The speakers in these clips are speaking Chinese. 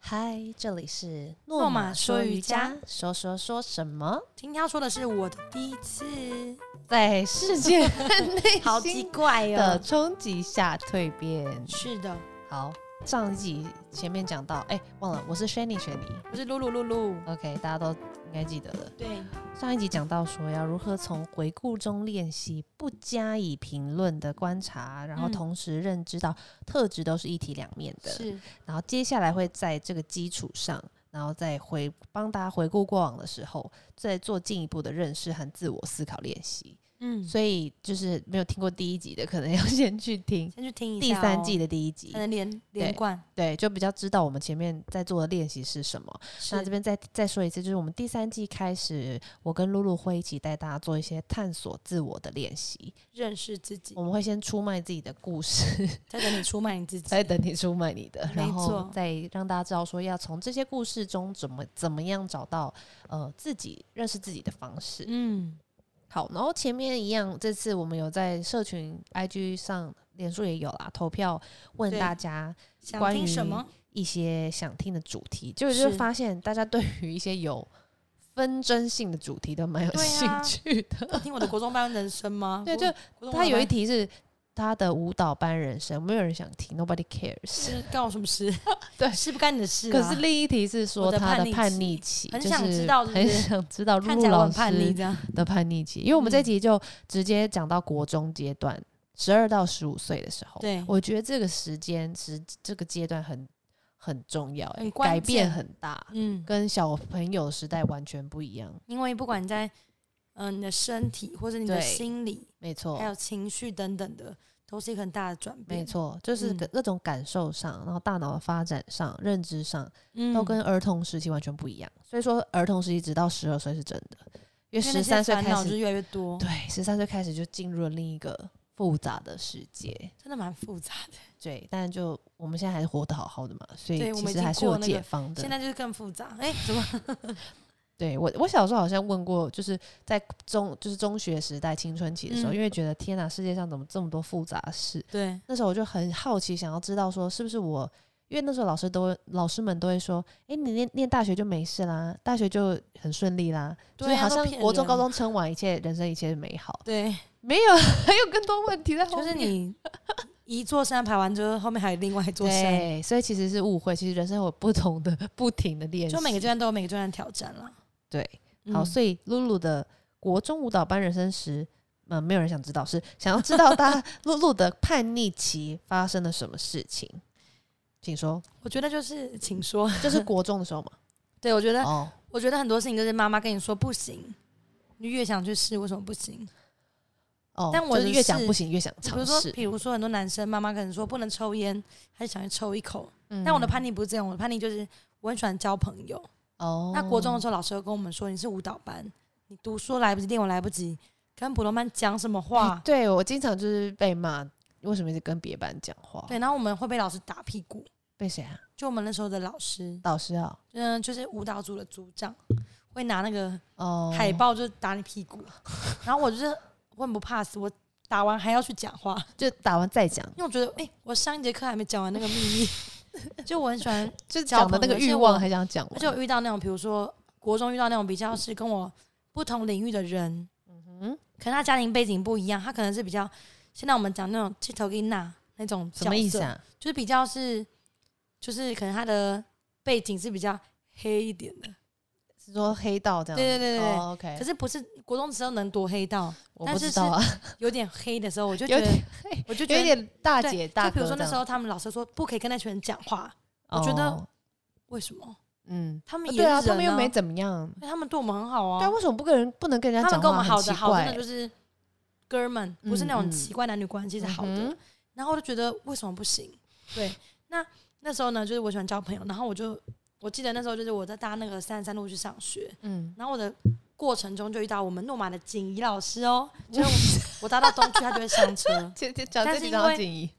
嗨，这里是诺玛说瑜伽，说说说什么？今天要说的是我的第一次，在世 界好内奇心怪的哦。冲击下蜕变。是的，啊好，上一集前面讲到，哎、忘了，我是 Shani 雪妮我是露露露露。 ，OK，大家都应该记得了。对，上一集讲到说要如何从回顾中练习不加以评论的观察，然后嗯同时认知到特质都是一体两面的。是然后接下来会在这个基础上，然后再回帮大家回顾过往的时候，再做进一步的认识和自我思考练习。嗯，所以就是没有听过第一集的，可能要先去听先去听一第下、哦嗯三季，的第一集才，能连连贯。对，就比较知道我们前面在做的练习是什么。那是这边再再说一次，就是我们第三季开始，我跟露露会一起带大家做一些探索自我的练习。认识自己我，们会先出卖自己的故事，在等你出卖你自己。在等你出卖你的，没然后错再让大家知道说要从这些故事中怎么怎么样找到呃自己认识自己的方式。嗯，好，然后前面一样，这次我们有在社群 IG 上、脸书也有啦，投票问对大家想关于听什么？一些想听的主题，结果就是是发现大家对于一些有纷争性的主题都蛮有对兴啊趣的。 听我的国中班人生吗？对，国就国中他有一班题是他的舞蹈班人生，没有人想听，Nobody cares。是干我什么事？ 对是不干你的事、可啊。是另一题是说我的他叛的逆叛期逆期，很就想知是 道是不很是想知道 看露起露来我老很叛逆师这样。的叛逆期，因为我们这嗯集就直接讲到国中阶段，十二到十五岁的时候，对我觉得这个时间时这个阶段很很重要、欸，很关改变键很大，嗯，跟小朋友时代完全不一样，因为不管你在嗯、呃你的身体或者你的对心理，没错还。有情绪等等的，都是一个很大的转变。没，错，就是嗯各各种感受上，然后大脑的发展上、认知上，嗯都跟儿童时期完全不一样。所以说，儿童时期直到十二岁是真的，因为因为那十些三岁烦开恼就是始，越来越多，对，哦十三岁开始就进入了另一个复杂的世界。真的蛮复杂的。对，但就我们现在还是活得好好的嘛，所以对我其们已实经还是有过那个解放的。现在就是更复杂。哎、怎么？对我，我小时候好像问过，就是在中就是中学时代青春期的时候，嗯因为觉得天哪，世界上怎么这么多复杂的事？对，那时候我就很好奇，想要知道说是不是我。因为那时候老师都会老师们都会说，哎、你念念大学就没事啦，大学就很顺利啦，对就是好啊都像骗国中、人高中撑完一切，人生一切美好。对，没有， 还有更多问题在后就面。是 你一座山爬完之后，后面还有另外一座山，对，所以其实是误会，其实人生有不同的、 不停的练习，就每个阶段都有嗯每个阶段的挑战啦。对。好，以所以露露的国中舞蹈班人生时，嗯，没有人想知道，是想要知道她露露的叛逆期发生了什么事情，请说，我觉得就是，请说。就是国中的时候 嘛。对，我觉得，哦，我觉得很多事情就是妈妈跟你说不行，你越想去试，为什么不行？哦，但我就是的越想是不行，越想比如尝说，试。比如说很多男生妈妈可能说不能抽烟，他就想去抽一口。嗯但我的叛逆不是这样，我的叛逆就是我很喜欢交朋友。哦，那国中的时候，老师有跟我们说，你是舞蹈班，你读书来不及，练文来不及，跟普通班讲什么哎话？对我经常就是被骂，为什么一直跟别班讲话？对，然后我们会被老师打屁股。被谁啊？就我们那时候的老师，老师啊？嗯，就是舞蹈组的组长，会拿那个哦，海报就打你屁股。然后我就是我很不怕死，我打完还要去讲话，就打完再讲，因为我觉得，哎、我上一节课还没讲完那个秘密， 就我很喜欢就是交讲的那朋个友而且欲望我还想讲完。而且我遇到那种，比如说国中遇到那种比较是跟我不同领域的人，嗯，可能他家庭背景不一样，他可能是比较现在我们讲那种剃头给那那种什么意思角色？啊？就是比较是，就是可能他的背景是比较黑一点的，是说黑道这样子？对对对对对哦可，OK，是不是国中的时候能多黑到我但不是知道啊，有点黑的时候，我就觉有得点我就觉有一得。点大对姐大哥就比这样。如说那时候他们老师说不可以跟那群人讲话，哦，我觉得为什么？嗯，他们啊也对啊，是他人们又没怎么样。他们对我们很好啊，但为什么不跟人不能跟人家他讲们话？跟我们好的很奇好，怪真的就是哥们，不是那嗯种嗯奇怪男女关系是好的。嗯哼然后我就觉得为什么不行？对，那那时候呢，就是我喜欢交朋友，然后我就我记得那时候就是我在搭那个三十三路去上学，嗯，然后我的过程中就遇到我们诺玛的景怡老师哦，就是我我搭到东区，他就会上车，这这讲但这是几因张为建议，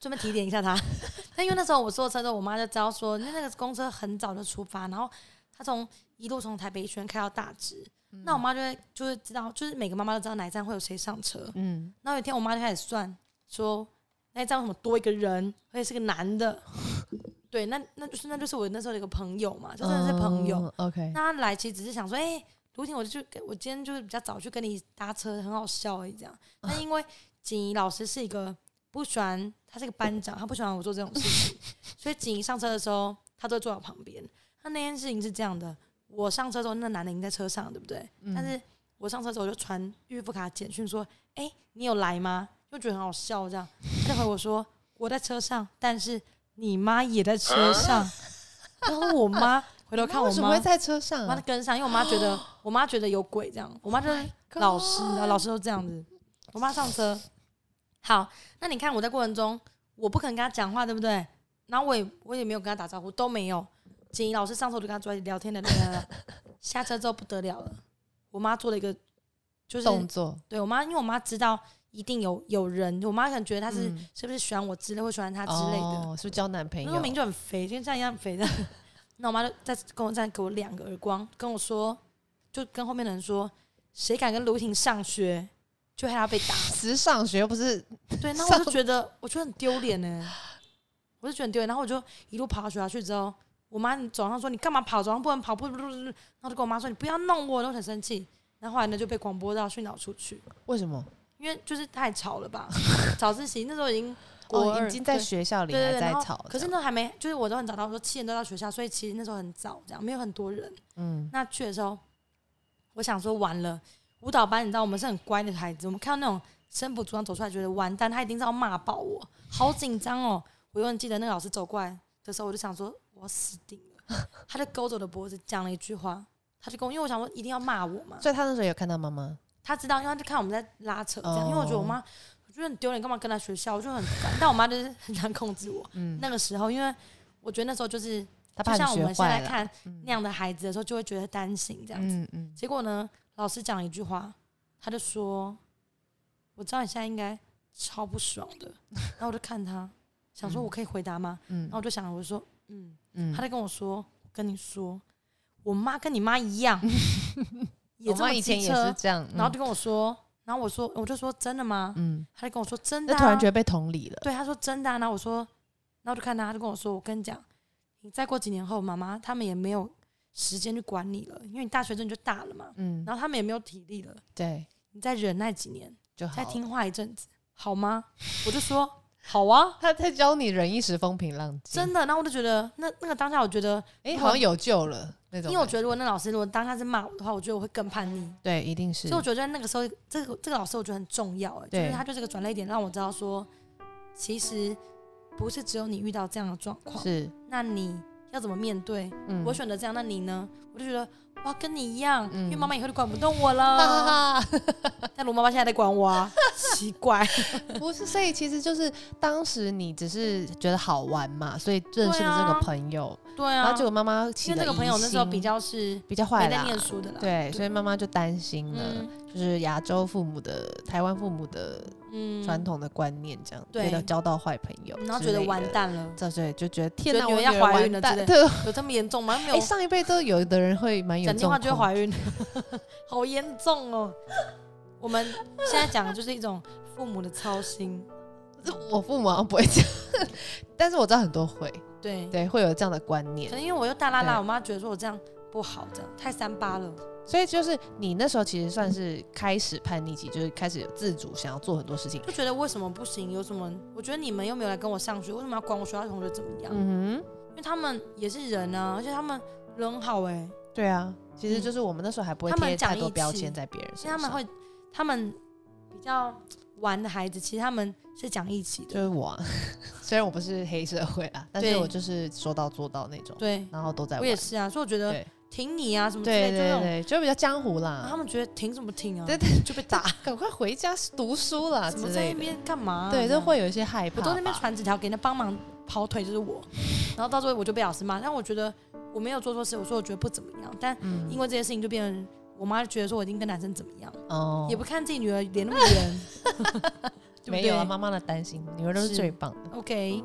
顺便提点一下他。 但因为那时候我坐车之后，我妈就知道说，因为那个公车很早就出发，然后他从一路从台北一圈开到大直，嗯那我妈就会就是知道，就是每个妈妈都知道哪一站会有谁上车，嗯，然后有一天我妈就开始算，说那一张为什么多一个人，而且是个男的，对，那那就是那就是我那时候的一个朋友嘛，就真的是朋友。嗯 OK，那他来其实只是想说，哎、卢婷，我就跟我今天就是比较早去跟你搭车，很好笑而已这样。那因为锦怡老师是一个不喜欢，他是一个班长，他不喜欢我做这种事情，所以锦怡上车的时候，他都会坐在我旁边。那那件事情是这样的，我上车之后，那男的已经在车上了，对不对？嗯但是我上车之后，我就传预付卡简讯说：“哎、你有来吗？”就觉得很好笑，这样他就回我说：“我在车上，但是你妈也在车上。然后我妈回头看我为什么妈会，在车上我妈啊？跟上，因为我妈 觉得我妈觉得有鬼这样，我妈就是老师，你知道老师都这样子。我妈上车，好，那你看我在过程中，我不可能跟她讲话，对不对？然后我也我也没有跟她打招呼，都没有。景怡老师上车我就跟她坐在一起聊天的，聊 聊聊。下车之后不得了了，我妈做了一个，就是动作，对我妈，因为我妈知道一定有有人，我妈可能觉得她是、嗯是不是喜欢我之类，会喜欢她之类的。哦，是不是交男朋那我明友？就很肥，就像一样很肥的。那我妈就在跟我站，给我两个耳光，跟我说，就跟后面的人说，谁敢跟卢婷上学，就害她被打。只上学又不是对，那我就觉得，我觉得很丢脸呢，我就觉得很丢脸。然后我就一路跑到学校去之后，我妈早上说你干嘛跑，早上不能跑，不不不不，不然后就跟我妈说你不要弄我，然后我很生气。然后后来呢就被广播到训导处去，为什么？因为就是太吵了吧，早自习那时候已经国我二、已经哦在对学校里对对还对，在然后吵，可是这样那还没，就是我都很早到，我说七点都到学校，所以其实那时候很早，这样没有很多人。嗯，那去的时候，我想说完了，舞蹈班你知道我们是很乖的孩子，我们看到那种生不主张走出来，觉得完蛋，他一定是要骂爆我，好紧张哦。我永远记得那个老师走过来的时候，我就想说我要死定了，他就勾着我的脖子讲了一句话，他就跟我，因为我想说一定要骂我嘛，所以他那时候有看到妈妈，他知道，因为他就看我们在拉扯这样，哦因为我觉得我妈，我觉得很丢脸，干嘛跟她学校，我就很烦。但我妈就是很难控制我。嗯那个时候，因为我觉得那时候就是，他就怕像我你学们现坏在了，看嗯那样的孩子的时候，就会觉得担心这样子。嗯嗯，结果呢，老师讲了一句话，他就说：“我知道你现在应该超不爽 的。”然后我就看他，想说嗯我可以回答吗？嗯然后我就想，我就说：“嗯。”嗯哦他就跟我说：“我跟你说，我妈跟你妈一样，也我这么妈以前机也车是这样，然后嗯就跟我说，然后我说，我就说真的吗？嗯，他就跟我说真的、那啊。突然觉得被同理了，对，他说真的、啊。然后我说，然后我就看他，他就跟我说，我跟你讲，你再过几年后，妈妈他们也没有时间去管你了，因为你大学生你就大了嘛，嗯，然后他们也没有体力了，对，你再忍耐几年，就好再了。 听话一阵子，好吗？我就说好啊，他在教你忍一时风平浪静，真的。然后我就觉得那那个当下，我觉得，哎、如果好像有救了那种感。因为我觉得如果那老师如果当下是骂我的话，我觉得我会更叛逆。对，一定是所以我觉得在那个时候，这个这个老师我觉得很重要、哎，就对是他就是个转捩点，让我知道说，其实不是只有你遇到这样的状况，是，那你要怎么面对？嗯我选择这样，那你呢？我就觉得我要跟你一样，嗯因为妈妈以后就管不动我 了。哈哈但罗妈妈现在在管我啊，奇 怪，哈，不是，所以其实就是当时你只是觉得好玩嘛，所以认识对了啊这个朋友，对然啊后结，果妈妈因起为了这个朋友疑那时候比心较是比较坏没在啦念，书的啦，对，啊所以妈妈就担心了，嗯就是亚洲父母的、台湾父母的嗯传，统的观念这样，对觉得交到坏朋友，然后觉得完。蛋了， 这对，就觉得天觉哪，得我女儿要女儿怀完孕了之蛋类对，有这么严重吗？没有哎，上一辈都有的人会蛮有讲这电种话就会恐怀孕，好严重哦。 我们现在讲的就是一种父母的操心，这我父母好像不会这样， 但是我知道很多会，对，对，会有这样的观念可。能因为我又大拉拉，对我妈觉得说我这样不好，这样太三八了，所以就是你那时候其实算是开始叛逆期，就是开始有自主想要做很多事情。就觉得为什么不行？有什么？我觉得你们又没有来跟我上学，为什么要管我学校同学怎么样？嗯因为他们也是人啊，而且他们人好哎、哼，对啊，其实就是我们那时候还不会他们贴讲太多义气标签在别人身所以上，他们会，他们比较玩的孩子，其实他们是讲义气就的，是我啊、 虽然我不是黑社会啊，但是对我就是说到做到那种，对然后都在我玩也。是啊，所以我觉得对挺你啊什么之对类，就那对种。对，就比较江湖然后啦他，们觉得挺什么挺啊，对对，就被打， 赶快回家读书啦怎之么在类那的。边干嘛、啊对，这就样会有一些害怕我吧。都在那边传纸条给人家帮忙跑腿，就是我，然后到最后我就被老师骂，但我觉得我没有做错事，我说我觉得不怎么样，但嗯，因为这件事情就变成我妈就觉得说我一定跟男生怎么样，哦也不看自己女儿脸那么 圆对不没有啊，对妈妈的担心，女儿都是是最棒的。 ，OK。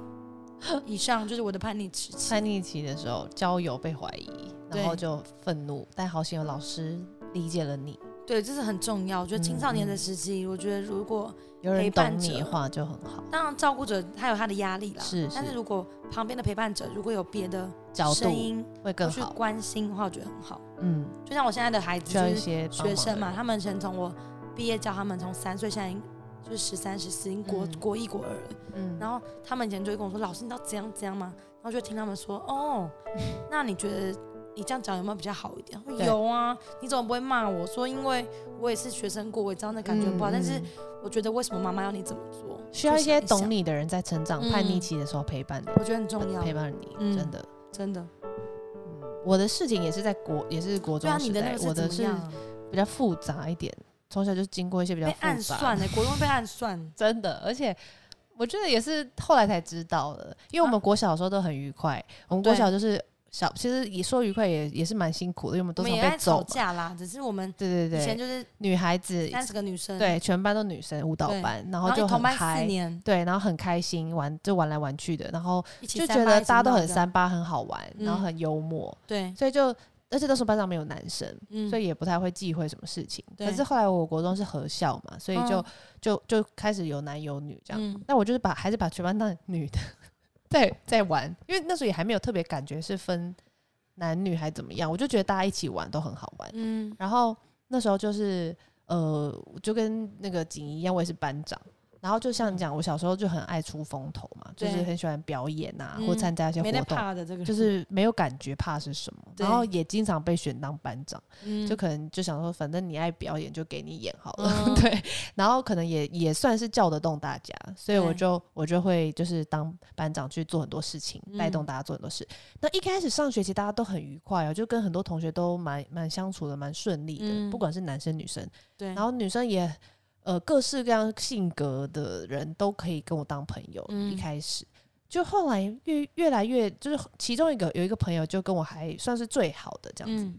以上就是我的叛逆时期，叛逆期的时候，交友被怀疑，然后对就愤怒，但好险有老师理解了你，对，这是很重要。我觉得青少年的时嗯期，我觉得如果有人陪伴懂你者的话就很好。当然照顾者他有他的压力啦，是但是是如果旁边的陪伴者如果有别的角声度音会或更去好。关心的话，我觉得很好。嗯，就像我现在的孩子需要就一是些帮学生忙嘛，的他们先从我毕业教他们从三岁，现在已经就是十三、十四，已经国、嗯国一、国二了。人，嗯然后他们以前就会跟我说：“老师，你知道怎样怎样吗？”然后就听他们说：“哦，那你觉得你这样讲有没有比较好一点？”我说对有啊，你怎么不会骂我说？因为我也是学生过，我也知道那感觉不好，嗯但是嗯我觉得为什么妈妈要你这么做？需要一些懂你，你的人在成长叛逆期的时候陪伴你，我觉得很重要陪，伴你，嗯真的。真的。嗯我的事情也是在国，也是国对啊，中你时的那代个，我是的怎么是样啊？比较复杂一点，从小就经过一些比较被暗复杂，算，呢，国中被暗算真的，而且。我觉得也是后来才知道的，因为我们国小的时候都很愉快，我们国啊对小就是小，其实也说愉快也也是蛮辛苦的，因为我们我都们常也被爱揍吵嘛。架啦，只是我们对以对对，前就是女孩子三十个女生，对全班都女生舞蹈对班，然然后后就一同很班四嗨，年，对，然后很开心玩，就玩来玩去的，然后一起就觉三得八大家都很，一起闹三八，很好玩，然后嗯很幽默，的对，所以就而且那时候班上没有男生，嗯所以也不太会忌讳什么事情。可对是后来我国中是合校嘛，所以就、嗯就就开始有男有女这样。嗯那我就是把还是把全班当女的 在在玩，因为那时候也还没有特别感觉是分男女还怎么样，我就觉得大家一起玩都很好玩。嗯，然后那时候就是呃，我就跟那个景怡一样，我也是班长。然后就像你讲，我小时候就很爱出风头嘛，就对是很喜欢表演啊，嗯或参加一些活没在动，怕的这个人，就是没有感觉怕是什么。对然后也经常被选当班长，嗯就可能就想说，反正你爱表演就给你演好了，嗯 对。然后可能也也算是叫得动大家，所以我对就我就会就是当班长去做很多事情，带动嗯大家做很多事。那一开始上学期大家都很愉快哦，就跟很多同学都蛮蛮相处的蛮顺利的，嗯不管是男生女生，对，然后女生也呃各式各样性格的人都可以跟我当朋友。嗯一开始就后来越越来越就是其中一个有一个朋友就跟我还算是最好的这样子，嗯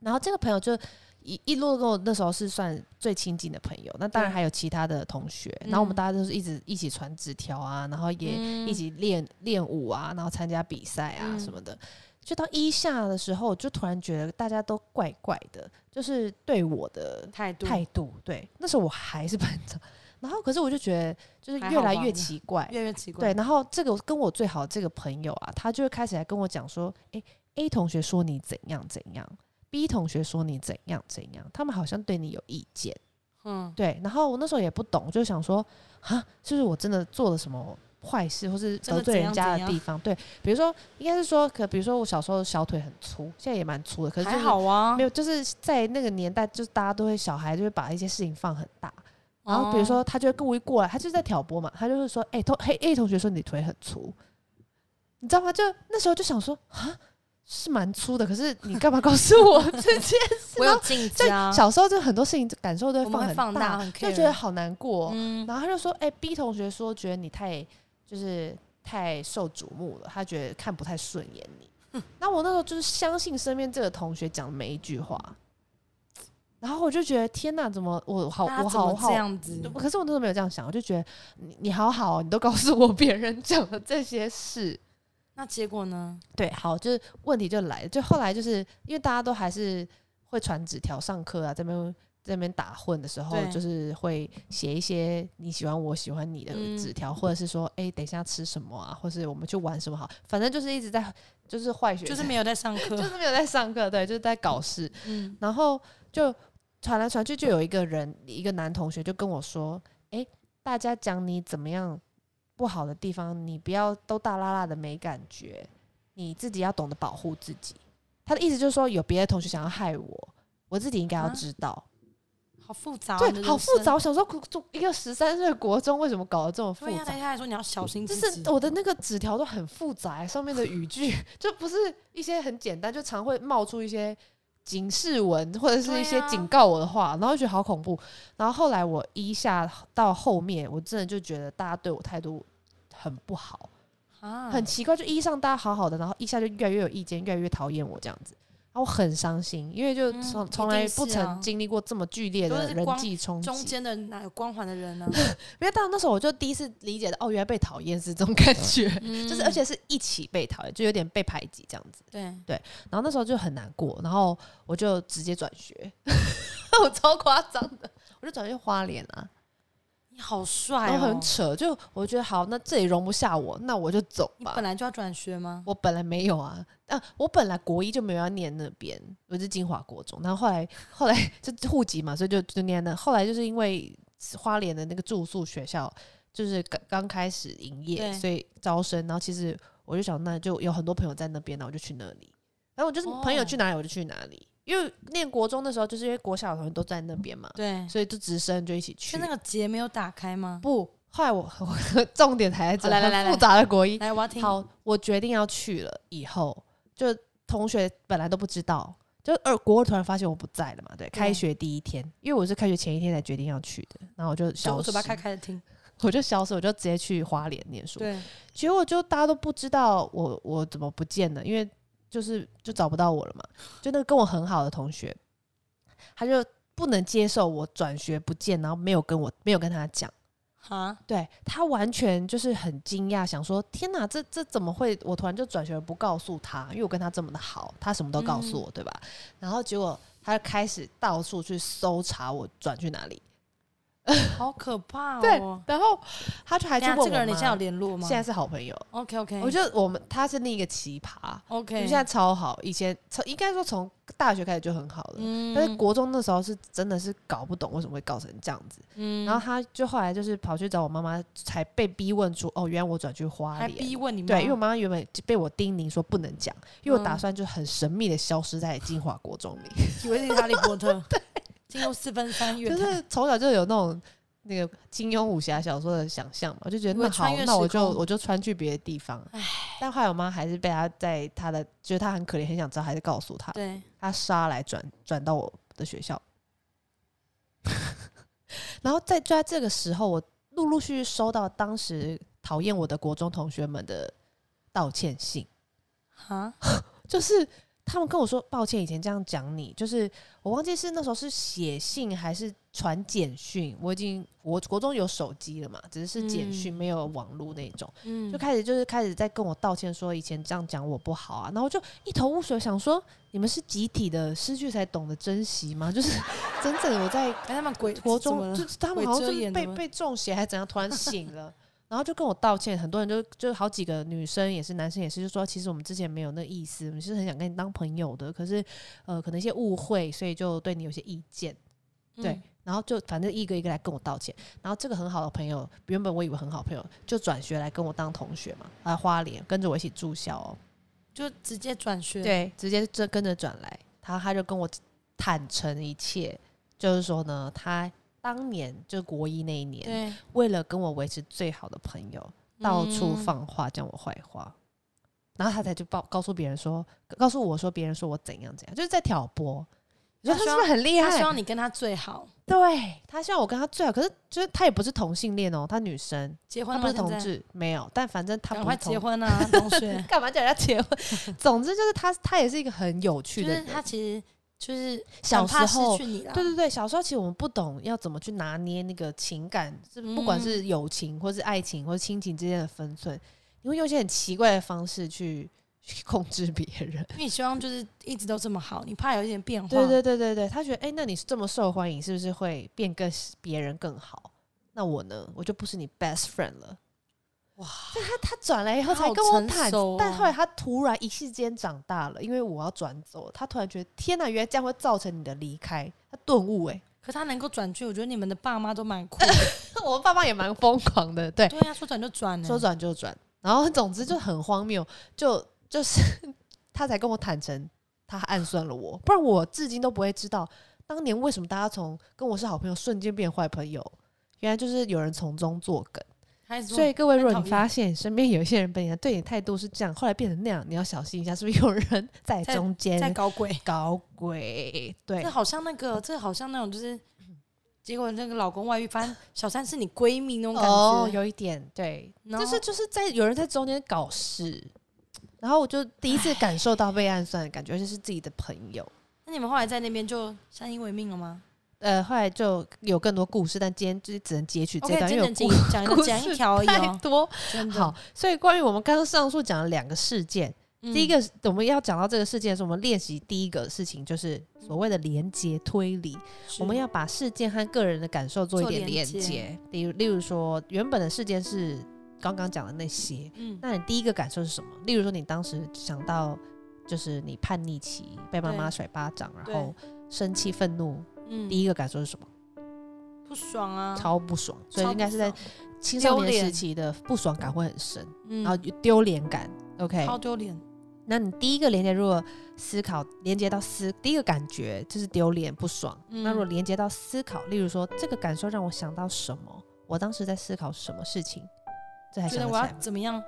然后这个朋友就一一路跟我那时候是算最亲近的朋友，那当然对还有其他的同学，然后我们嗯大家都是一直一起传纸条啊，然后也嗯一起练练舞啊，然后参加比赛啊嗯什么的。就到一下的时候，我就突然觉得大家都怪怪的，就是对我的态度态度。对，那时候我还是班长， 然后可是我就觉得就是还越好啊来吧越奇怪，越来越奇怪，对，然后这个跟我最好的这个朋友啊，他就会开始来跟我讲说，诶 a 同学说你怎样怎样，B 同学说你怎样怎样，他们好像对你有意见。嗯，对，然后我那时候也不懂，就想说，哈，是不是我真的做了什么坏事，或是真得的罪怎人样家怎的样地方？对，比如说，应该是说，可比如说我小时候小腿很粗，现在也蛮粗的，可是、就还是、好啊，没有，有，就是在那个年代，就是大家都会小孩就会把一些事情放很大，然后比如哦说，他就会故意过来，他就是在挑拨嘛，他就会说：“哎、同嘿 A 同学说你腿很粗，你知道吗？”就那时候就想说啊，是蛮粗的，可是你干嘛告诉 我这件事？我然有后竞就加，小时候就很多事情感受都我会们放会很放大很就觉得 care 好难过哦、嗯，然后他就说：“哎、b 同学说觉得你太就是太受瞩目了，他觉得看不太顺眼你。那我那时候就是相信身边这个同学讲的每一句话，然后我就觉得天哪，怎么我好那他我怎好么我好这样子，可是我那时候没有这样想，我就觉得你你好好哦，你都告诉我别人 讲的这些事。那结果呢？对，好，就是问题就来了，就后来就是因为大家都还是会传纸条上课啊，这边这边打混的时候，对就是会写一些你喜欢我喜欢你的嗯纸条，或者是说，哎、等一下吃什么啊，或是我们去玩什么好，反正就是一直在就是坏学生，就是没有在 上就课，是没有在上课，对，就是在搞事。嗯，然后就传来传去，就有一个人，一个男同学就跟我说：“诶，大家讲你怎么样不好的地方，你不要都大拉拉的没感觉，你自己要懂得保护自己。”他的意思就是说，有别的同学想要害我，我自己应该要啊知道。好复杂，对，好复杂。，我想说，国中一个十三岁的国中为什么搞得这么复对呀，杂等？一下还说你要小心就自己，是我的那个纸条都很复杂、欸上面的语句 就不是一些很简单，就常会冒出一些警示文或者是一些对啊警告我的话，然后就觉得好恐怖。然后后来我一下到后面，我真的就觉得大家对我态度很不好，啊很奇怪。就一上大家好好的，然后一下就越来越有意见，越来越讨厌我这样子。然啊，我很伤心，因为就嗯从一从定来是不啊曾经历过这么剧烈尤其的是人光际冲中击。间的哪有光环的人呢？因为到那时候我就第一次理解到，哦，原来被讨厌是这种感觉，嗯就是而且是一起被讨厌，就有点被排挤这样子。对，然后那时候就很难过，然后我就直接转学， 我超夸张的，我就转去花莲啊，你好帅然后哦很！扯，就我觉得好，那这里容不下我，那我就走你吧。本来就要转学吗？我本来没有啊，啊，我本来国一就没有要念那边，我是金华国中，然后后来后来就户籍嘛，所以就就念那。后来就是因为花莲的那个住宿学校，就是刚刚开始营业，对所以招生，然后其实我就想，那就有很多朋友在那边，那我就去那里。然后我就是哦朋友去哪里我就去哪里，因为念国中的时候，就是因为国小的同学都在那边嘛，对，所以就直升就一起去是。那个结没有打开吗？不，后来我 我重点还在这，好来来很来来复杂的国一，来，我要听。好，我决定要去了。以后就同学本来都不知道，就二国二突然发现我不在了嘛。对，开对学第一天，因为我是开学前一天才决定要去的，然后我就就消我失，嘴巴开开的听。我就消失，我就直接去花莲念书。对，结果就大家都不知道我我怎么不见了，因为就是就找不到我了嘛。就那个跟我很好的同学，他就不能接受我转学不见，然后没有跟我没有跟他讲。哈，对他完全就是很惊讶，想说：“天哪，这这怎么会？我突然就转学了不告诉他，因为我跟他这么的好，他什么都告嗯诉我，对吧？”然后结果他就开始到处去搜查我转去哪里，好可怕对哦！然后他就还对，去这问我个人你妈现在有联络吗？现在是好朋友， OK OK，我觉得我们他是另一个奇葩， OK，我们现在超好，以前从应该说从大学开始就很好了。嗯但是国中那时候是真的是搞不懂为什么会搞成这样子，嗯然后他就后来就是跑去找我妈妈，才被逼问出哦，原来我转去花还莲，逼问你们，对，因为我妈妈原本就被我叮咛说不能讲，因为我打嗯算就很神秘的消失在金华国 中里，以为是哈利波 特，进入四分三月就台，是从小就有那种那个金庸武侠小说的想象嘛，就觉以得为那好穿越，那时我就空我就穿去别的地方。但后来我妈还是被她在她的觉得她很可怜，很想知道，还是告诉她，对，她杀来转转到我的学校。 然后在就在这个时候，我陆陆续续收到当时讨厌我的国中同学们的道歉信。 哈，就是他们跟我说抱歉，以前这样讲你，就是我忘记是那时候是写信还是传简讯，我已经我国中有手机了嘛，只是是简讯嗯没有网络那种，嗯，就开始就是开始在跟我道歉说以前这样讲我不好啊，然后我就一头雾水，想说你们是集体的失去才懂得珍惜吗？ 就是整整的我在哎，他们 鬼国怎么中了就是他们鬼好像遮就是眼被怎么被中邪还是怎样，突然醒了，然后就跟我道歉。很多人就就好几个女生也是，男生也是，就说其实我们之前没有那意思，我们是很想跟你当朋友的，可是呃可能一些误会，所以就对你有些意见。对嗯然后就反正一个一个来跟我道歉。然后这个很好的朋友，原本我以为很好朋友，就转学来跟我当同学嘛，来花莲跟着我一起住校哦。就直接转学，，对，直接这跟着转来，他他就跟我坦诚一切，就是说呢，他当年就国一那一年，对，为了跟我维持最好的朋友，到处嗯，放话讲我坏话，然后他才就报告诉别人说，告诉我说别人说我怎样怎样，就是在挑拨。你说他他希是望不是很厉害？他希望你跟他最好，对他希望我跟他最好，可是就是他也不是同性恋哦，他女生，结婚他了不吗是同现在志，没有，但反正他不赶快是同结，婚啊，同学 ，干嘛叫人家结婚？总之就是他，他也是一个很有趣就的是人。他其实就是小很怕时失候去你了，对对对，小时候其实我们不懂要怎么去拿捏那个情感，是不管是嗯友情或是爱情或是亲情之间的分寸，你会用一些很奇怪的方式去去控制别人。因为你希望就是一直都这么好，你怕有一点变化，对对对对对，他觉得哎、诶那你是这么受欢迎，是不是会变更别人更好？那我呢，我就不是你 best friend 了。哇！他转来以后他才好跟我成坦，熟但哦后来他突然一夕间长大了，因为我要转走，他突然觉得天哪，原来这样会造成你的离开，他顿悟哎、可他能够转去，我觉得你们的爸妈都蛮酷的， 我们爸妈也蛮疯狂的，对，对呀，啊说转就转欸呢，说转就转，然后总之就很荒谬，就就是 他才跟我坦诚，他暗算了我，不然我至今都不会知道当年为什么大家从跟我是好朋友瞬间变坏朋友，原来就是有人从中作梗。开始所以各位，很如果讨你厌发现身边有一些人本来对你态度是这样，后来变成那样，你要小心一下，是不是有人 在在中在间搞鬼，搞鬼？对这，好像那个，这好像那种就是，结果那个老公外遇，发现小三是你闺蜜那种感觉。哦哦，有一点对，然就后是就是在有人在中间搞事，然后我就第一次感受到被暗算的感觉，而且是自己的朋友。那你们后来在那边就相依为命了吗？呃，后来就有更多故事，但今天就是只能截取我这可以段，因真为的有讲故哎讲一故个讲一事条而已太哦，多。真的好，，所以关于我们刚刚上述讲的两个事件，嗯第一个我们要讲到这个事件的时候，我们练习第一个事情就是所谓的连接推理，是我们要把事件和个人的感受做一做点连连接接。例如，例如说原本的事件是刚刚讲的那些，嗯那你第一个感受是什么？例如说，你当时想到就是你叛逆期被妈妈对甩巴掌，然对后生气愤怒，嗯第一个感受是什么？不爽啊，超不爽，所以超应该不是在爽青少丢年脸时期的不爽感会很深，嗯，然后丢脸感。OK，超丢脸，那你第一个连接如果思考连接到思，第一个感觉就是丢脸不爽。嗯那如果连接到思考，例如说这个感受让我想到什么，我当时在思考什么事情，这还觉想得得我起要来吗？怎么样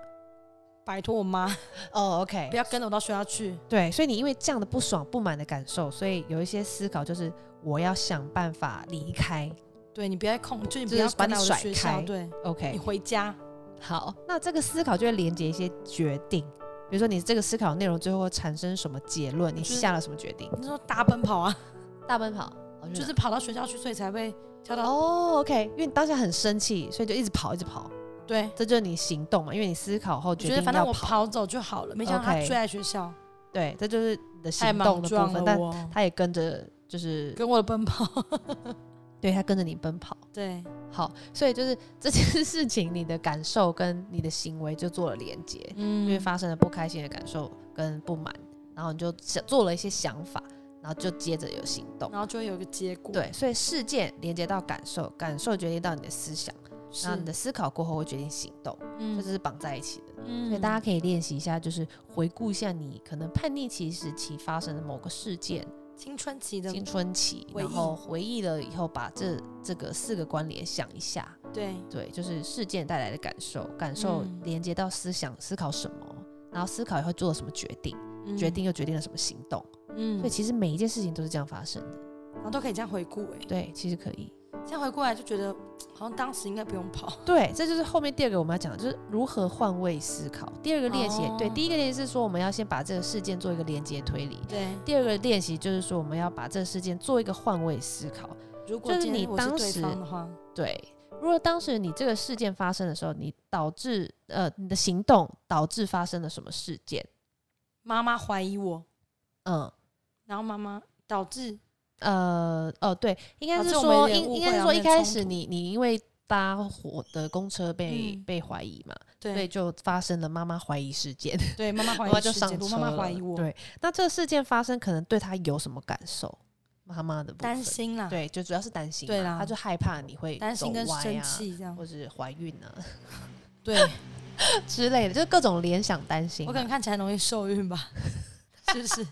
摆脱我妈，哦，OK，不要跟着我到学校去，对，所以你因为这样的不爽不满的感受，所以有一些思考就是我要想办法离开。对你不要控，就你不就是要把跟你到我的甩学校，开对你 OK，回家，好，那这个思考就会连接一些决定，比如说你这个思考内容最后会产生什么结论，你就是下了什么决定？你说大奔跑啊，大奔跑，哦就就是是跑到学校去，所以才会跳到，哦，OK，因为你当下很生气，所以就一直跑，一直跑，对，这就是你行动嘛，因为你思考后我决觉定得反正要我跑，跑走就好了，没想到他 OK 追来学校，对，这就是你的太行动莽的部撞分，了但我，他也跟着就是跟我的奔跑， 对他跟着你奔跑。 对，好，所以就是这件事情，你的感受跟你的行为就做了连接，嗯因为发生了不开心的感受跟不满，然后你就想做了一些想法，然后就接着有行动。然后就会有一个结果，，对，所以事件连接到感受，感受决定到你的思想，然是后你的思考过后会决定行动，嗯这是绑在一起的。嗯所以大家可以练习一下，就是回顾一下你可能叛逆期时期发生的某个事件，青春期的青春期，回忆然后回忆了以后，把这这个四个关联想一下，对，对，就是事件带来的感受，感受嗯连接到思想，思考什么，然后思考以后做了什么决定，嗯决定又决定了什么行动。嗯所以，其实每一件事情都是这样发生的。然后都可以这样回顾，哎，对，其实可以。这样回过来就觉得好像当时应该不用跑，对，这就是后面第二个我们要讲的，就是如何换位思考。第二个练习，哦对，第一个练习是说我们要先把这个事件做一个连接推理。对，第二个练习就是说我们要把这个事件做一个换位思考。如果 就是今天你我当对时方的话，对，如果当时你这个事件发生的时候，你导致呃你的行动导致发生了什么事件？妈妈怀疑我，嗯，然后妈妈导致呃，哦，对，应该啊是这我们有说，点应误应会该是说一啊没有开冲始突你你因为搭火的公车被、嗯被怀疑嘛，所以 对就发生了妈妈怀疑事件，对，妈妈怀妈疑妈就世上界车我妈妈了怀疑我，对，那这个事件发生，可能对他有什么感受？妈妈的部担分，心啦，对，就主要是担心嘛，啊对啦他就害怕你会担走心跟歪生啊气这 样，或是怀孕啊 对之类的，就是各种联想担心啊我嘛。可能看起来容易受 孕吧，是不是？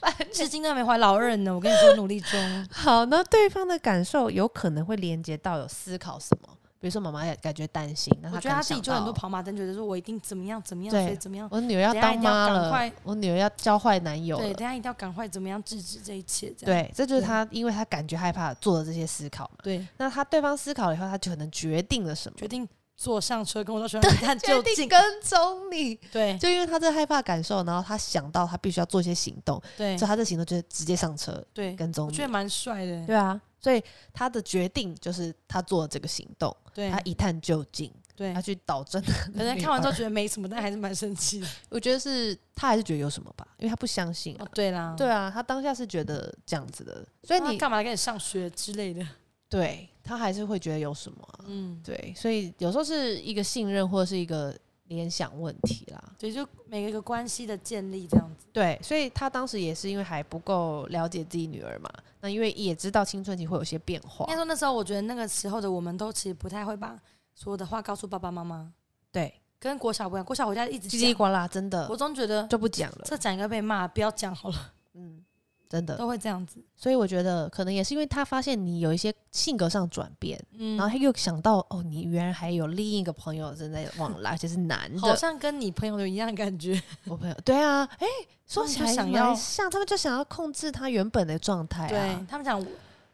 欸至今都没怀老二呢，我跟你说 努力中，好，那对方的感受有可能会连接到有思考什么，比如说妈妈也感觉担心，那我她可觉得能他自己想就很多到跑马灯，觉得说我一定怎么样怎么样，对所以怎么样，我女儿要等一下当一定要妈赶了快，我女儿要教坏男友对，了等。一下一定要赶快怎么样制止这一切，这样对，这就是对她，因为她感觉害怕做的这些思考嘛。对，那她对方思考了以后，她就可能决定了什么，决定坐上车跟我到学校一探究决定竟，跟踪你。对就因为她这害怕感受，然后她想到她必须要做一些行动，对所以她这行动就是直接上车对，跟踪我你觉。得蛮帅的，对啊，所以她的决定就是她做了这个行动，对她一探究竟，对她，去导正。 可能看完之后觉得没什么，但还是蛮生气 的。我觉得是她还是觉得有什么吧，因为她不相信啊哦，。对啦，对啊，她当下是觉得这样子的，所以那你啊干嘛跟你上学之类的？对他还是会觉得有什么啊、嗯，对，所以有时候是一个信任或者是一个联想问题啦。对，就每个关系的建立这样子。对，所以他当时也是因为还不够了解自己女儿嘛，那因为也知道青春期会有些变化应该，说那时候，我觉得那个时候的我们都其实不太会把所有的话告诉爸爸妈妈，对，跟国小不一样。国小回家一直叽里讲，呱啦，真的我总觉得就不讲了，这讲一个被骂，不要讲好了，嗯，真的。都会这样子。所以我觉得可能也是因为他发现你有一些性格上转变，嗯，然后他又想到哦，你原来还有另一个朋友正在往来，而且是男的，好像跟你朋友的一样感觉。我朋友对啊，哎、说们起就来想蛮要像，他们就想要控制他原本的状态、啊，对，他们想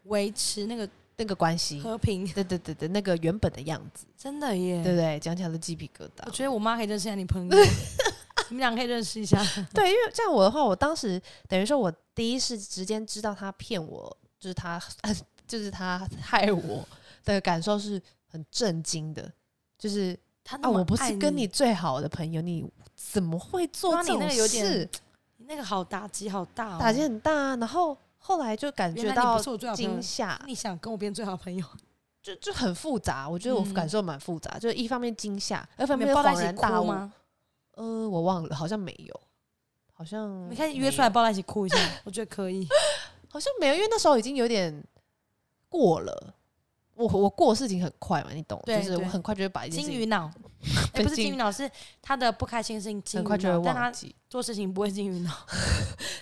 维持那个那个关系，和平，对对对对，那个原本的样子，真的对耶。不对？讲起来都鸡皮疙瘩 我。觉得我妈可以认识一下你朋友，你们俩可以认识一下。对，因为这样我的话，我当时等于说我第一是直接知道他骗我，就是他 就是他害我的感受是很震惊的，就是他那啊，么我不是爱跟你你最好的朋友，你怎么会做对啊这你那种个有点事？你那个好打击好大、哦，打击很大啊。然后后来就感原觉来你到不是我最好的朋惊友，吓，你想跟我变最好的朋友，就就很复杂。我觉得我嗯感受蛮复杂，就是一方面惊吓，二你方面们又抱在恍一起然大哭悟。吗？呃，我忘了，好像没有，好像你看没约出来有抱在一起哭 一下，我觉得可以。好像没有，因为那时候已经有点过了。我我过事情很快嘛，你懂，对就是我对很快就会把一件金事鱼情 脑，哎，不是金鱼金鱼脑，是他的不开心的事情金很鱼快就会脑，但忘他记。做事情不会金鱼 脑。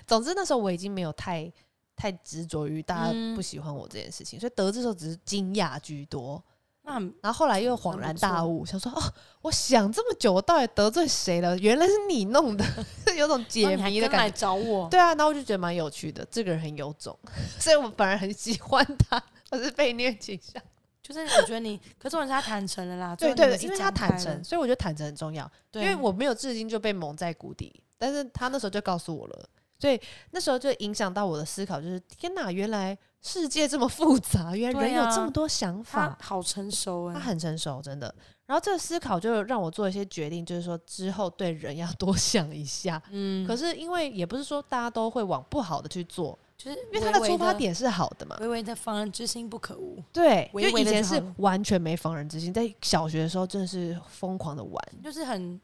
总之那时候我已经没有太太执着于大家嗯不喜欢我这件事情，所以得知的时候只是惊讶居多，那很然后后来又恍很不然错大悟，想说哦，我想这么久，我到底得罪谁了？原来是你弄的， 有种然后解你还谜的跟来感觉。找我，对啊，那我就觉得蛮有趣的，这个人很有种， 所以我反而很喜欢他。我是被虐倾 向。就是我觉得你，可是我觉得他坦诚了啦，对哦对最后对，你们是因为他讲坦开诚，了，所以我觉得坦诚很重要。对，因为我没有至今就被蒙在鼓底，但是他那时候就告诉我了，所以那时候就影响到我的思考，就是天哪，原来世界这么复杂， 原来对人有这啊么多想法，他好成熟他哎，很成熟，真的。然后这个思考就让我做一些决定，就是说之后对人要多想一下。嗯可是因为也不是说大家都会往不好的去做，就是因为他的微微出发，点是好的嘛。微微的防人之心不可无，对，微因为微以的前就好是了完全没防人之心，在小学的时候真的是疯狂的玩，就是很，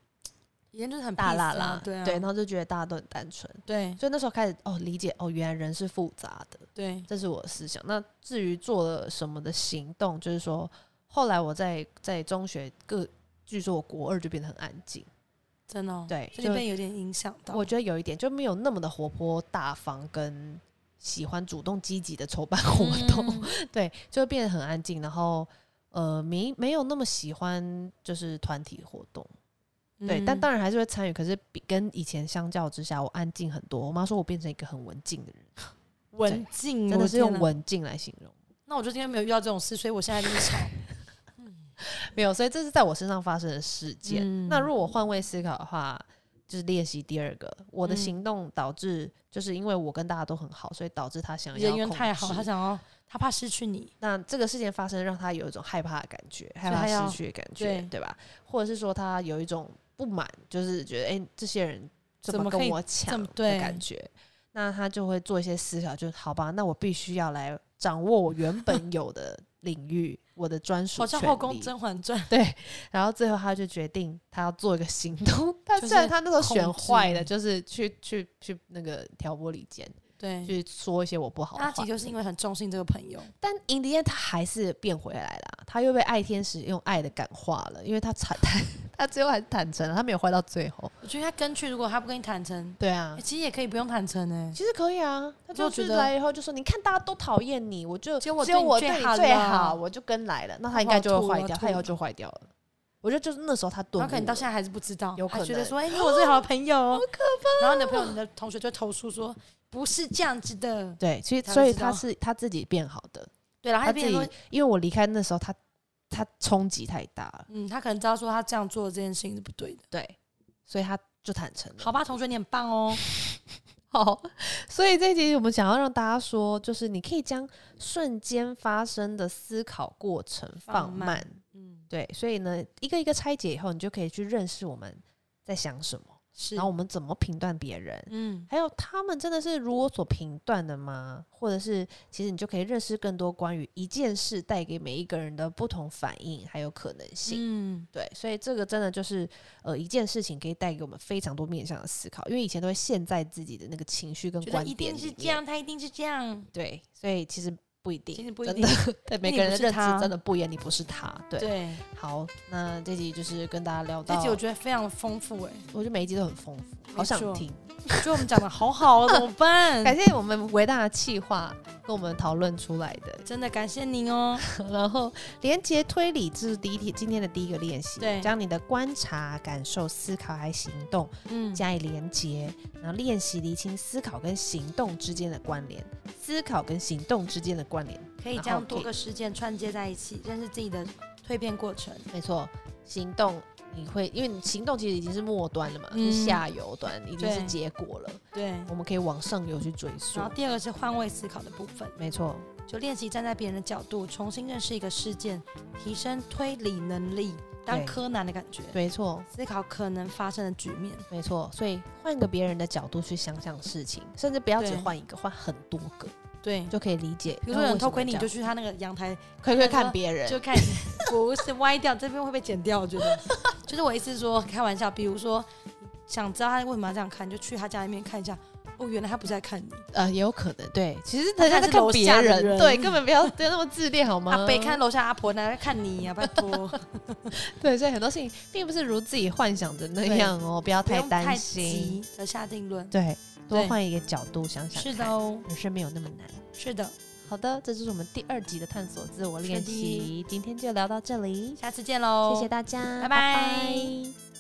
以前就是很大 peace 啦啊啦，对啊，对，然后就觉得大家都很单纯，对所以那时候开始哦理解哦，原来人是复杂的，对，这是我的思想。那至于做了什么的行动，就是说后来我在在中学各，据说我国二就变得很安静。真的哦，对所以就被有点影响到。我觉得有一点就没有那么的活泼大方，跟喜欢主动积极的筹办活动，嗯 对，就变得很安静，然后呃没没有那么喜欢就是团体活动，对，嗯但当然还是会参与，可是比跟以前相较之下，我安静很多。我妈说我变成一个很文静的人，文真静嗯我的是用天哪。文静来形容，那我就今天没有遇到这种事，所以我现在就是吵。没有，所以这是在我身上发生的事件。嗯那如果换位思考的话，就是练习第二个，我的嗯行动导致，就是因为我跟大家都很好，所以导致他想要人缘太控好，制他想要他怕失去你，那这个事件发生，让他有一种害怕的感觉，害怕他要失去的感觉，对对吧？或者是说他有一种不满，就是觉得哎、诶这些人怎怎么么可跟以我这抢么的对感觉，那他就会做一些思考，就是好吧，那我必须要来掌握我原本有的领域，我的专属好权像后宫《利。甄嬛 传》对，然后最后他就决定他要做一个行 动，但就虽然是他那时候选控制坏了，就是去去去那个挑拨离间，对。去说一些我不好的嗯那话他其实。就是因为很重信这个朋友，但 in the end，他还是变回来了，啊他又被爱天使用爱的感化了，因为他坦坦， 他最后还是坦诚了，他没有坏到最后。我觉得他跟去，如果他不跟你坦诚，对啊欸，其实也可以不用坦诚哎。其实可以啊，他如就果觉是得来以后就说，你看大家都讨厌你，我就只有我对你我最对你好最了好，我就跟来了，那他应我该要就会吐坏我要掉，吐他以后就坏掉了。我觉得就是那时候他顿悟然了，后可能到现在还是不知道，有可能还觉得说，哎、你是我最好的 朋友，好可怕。然后你哦的朋友、你的同学就投诉说，不是这样子的，对，其实他就所以知他道是他自己变好的，对。然后他他自变成己说，因为我离开那时候他他冲击太大了，嗯，他可能知道说他这样做的这件事情是不对的。对，所以他就坦诚了。好吧，同学你很棒哦， 好，所以这一集我们想要让大家说，就是你可以将瞬间发生的思考过程放放慢，慢嗯，对，所以呢，一个一个拆解以后，你就可以去认识我们在想什么，是，然后我们怎么评断别人，嗯，还有他们真的是如我所评断的吗？或者是其实你就可以认识更多关于一件事带给每一个人的不同反应还有可能性。嗯，对，所以这个真的就是呃一件事情可以带给我们非常多面向的思考，因为以前都会陷在自己的那个情绪跟觉观得一点定是里这面，样，他一定是 这样，对，所以其实不一定，其实不一真定的，对每你个人不的是认知他真的不一样，你不是 他，对。 对。好，那这集就是跟大家聊到，这集我觉得非常丰富哎、我觉得每一集都很丰富，好没想错听。嗯我觉得我们讲的好好哦，怎么 感办？谢我们伟大的企划跟我们讨论出来的， 真的感谢您哦，然后连接推理这是第一题，今天的第一个练习，对将你的观察、感受、思考还行动嗯，加以连接，然后练习厘清思考跟行动之间的关联，思考跟行动之间的关联，可以然后将多可以个事件串接在一起，认识自己的蜕变过程。没错，行动你会因为你行动其实已经是末端了嘛，嗯是下游端已经是对结果了，对。我们可以往上游去追溯然后。第二个是换位思考的部分，没错，就练习站在别人的角度，重新认识一个事件，提升推理能力，当对柯南的感觉，没错，思考可能发生的局面。没错。所以换个别人的角度去想想事情，甚至不要只对换一个，换很多个对，就可以理解。比如说有人偷窥窥你，你就去他那个阳台窥窥看别人，就看，不是歪掉，这边会被剪掉。我觉得，就是我意思是说开玩笑，比如说想知道他为什么要这样看，你就去他家里面看一下。哦，原来他不是在看你，呃，也有可能对。其实他人家看在是看楼别下的人，人对，根本不要不要那么自恋好吗？阿北看楼下阿婆，哪来看你呀、啊拜托，对，所以很多事情并不是如自己幻想的那对样哦，不要 不太用太担心。急的下定论。对，多对换一个角度想想，是的，哦，人生没有那么难。是的，好的，这就是我们第二集的探索自我是练的习，今天就聊到这里，下次见喽，谢谢大家，拜拜拜